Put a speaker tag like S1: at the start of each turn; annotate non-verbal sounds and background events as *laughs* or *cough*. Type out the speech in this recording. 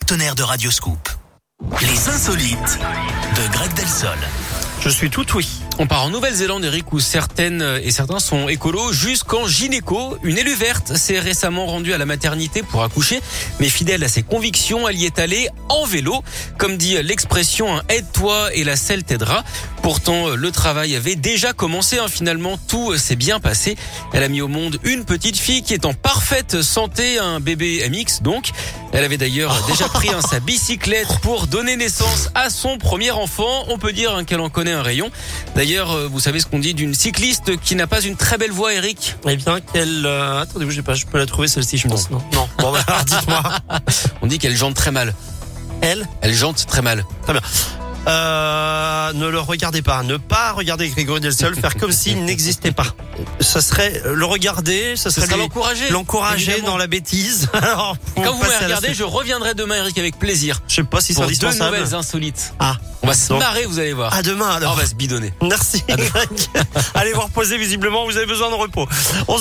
S1: partenaire de Radioscoop. Les insolites de Greg Delsol.
S2: Je suis tout oui. On part en Nouvelle-Zélande, Eric, où certaines euh, et certains sont écolos, jusqu'en gynéco. Une élue verte s'est récemment rendue à la maternité pour accoucher, mais fidèle à ses convictions, elle y est allée en vélo. Comme dit l'expression, un aide-toi et la selle t'aidera. Pourtant, le travail avait déjà commencé. hein. Finalement, tout s'est bien passé. Elle a mis au monde une petite fille qui est en parfaite santé, un bébé MX donc. Elle avait
S3: *laughs*
S2: d'ailleurs déjà pris hein, sa bicyclette pour donner naissance à son premier enfant. On peut dire hein, qu'elle en connaît un rayon. D'ailleurs, euh, vous savez ce qu'on dit d'une cycliste qui n'a pas une très belle voix, Eric
S3: Eh bien, quelle. euh, Attendez, je sais pas, je peux la trouver celle-ci, je pense. Non, non. Bon, bah, alors, *laughs* dites-moi.
S2: On dit qu'elle jante très mal.
S3: Elle
S2: Elle jante très mal.
S3: euh, Ne le regardez pas. Ne pas regarder Grégory Delsol, faire comme s'il n'existait pas. Ça serait euh, le regarder, ça
S2: Ça
S3: serait
S2: serait
S3: lui-
S2: l'encourager.
S3: l'encourager
S2: évidemment.
S3: dans la bêtise. *laughs* Alors, on
S2: Quand vous
S3: passe
S2: me
S3: à la
S2: regardez,
S3: suite.
S2: je reviendrai demain, Eric, avec plaisir.
S3: je sais pas si c'est
S2: Pour deux
S3: indispensable.
S2: nouvelles insolites.
S3: Ah,
S2: On va se
S3: donc,
S2: marrer, vous allez voir.
S3: À demain
S2: Ah, on
S3: alors. *laughs*
S2: va se bidonner.
S3: Merci Greg. Allez vous reposer visiblement, vous avez besoin de repos. 11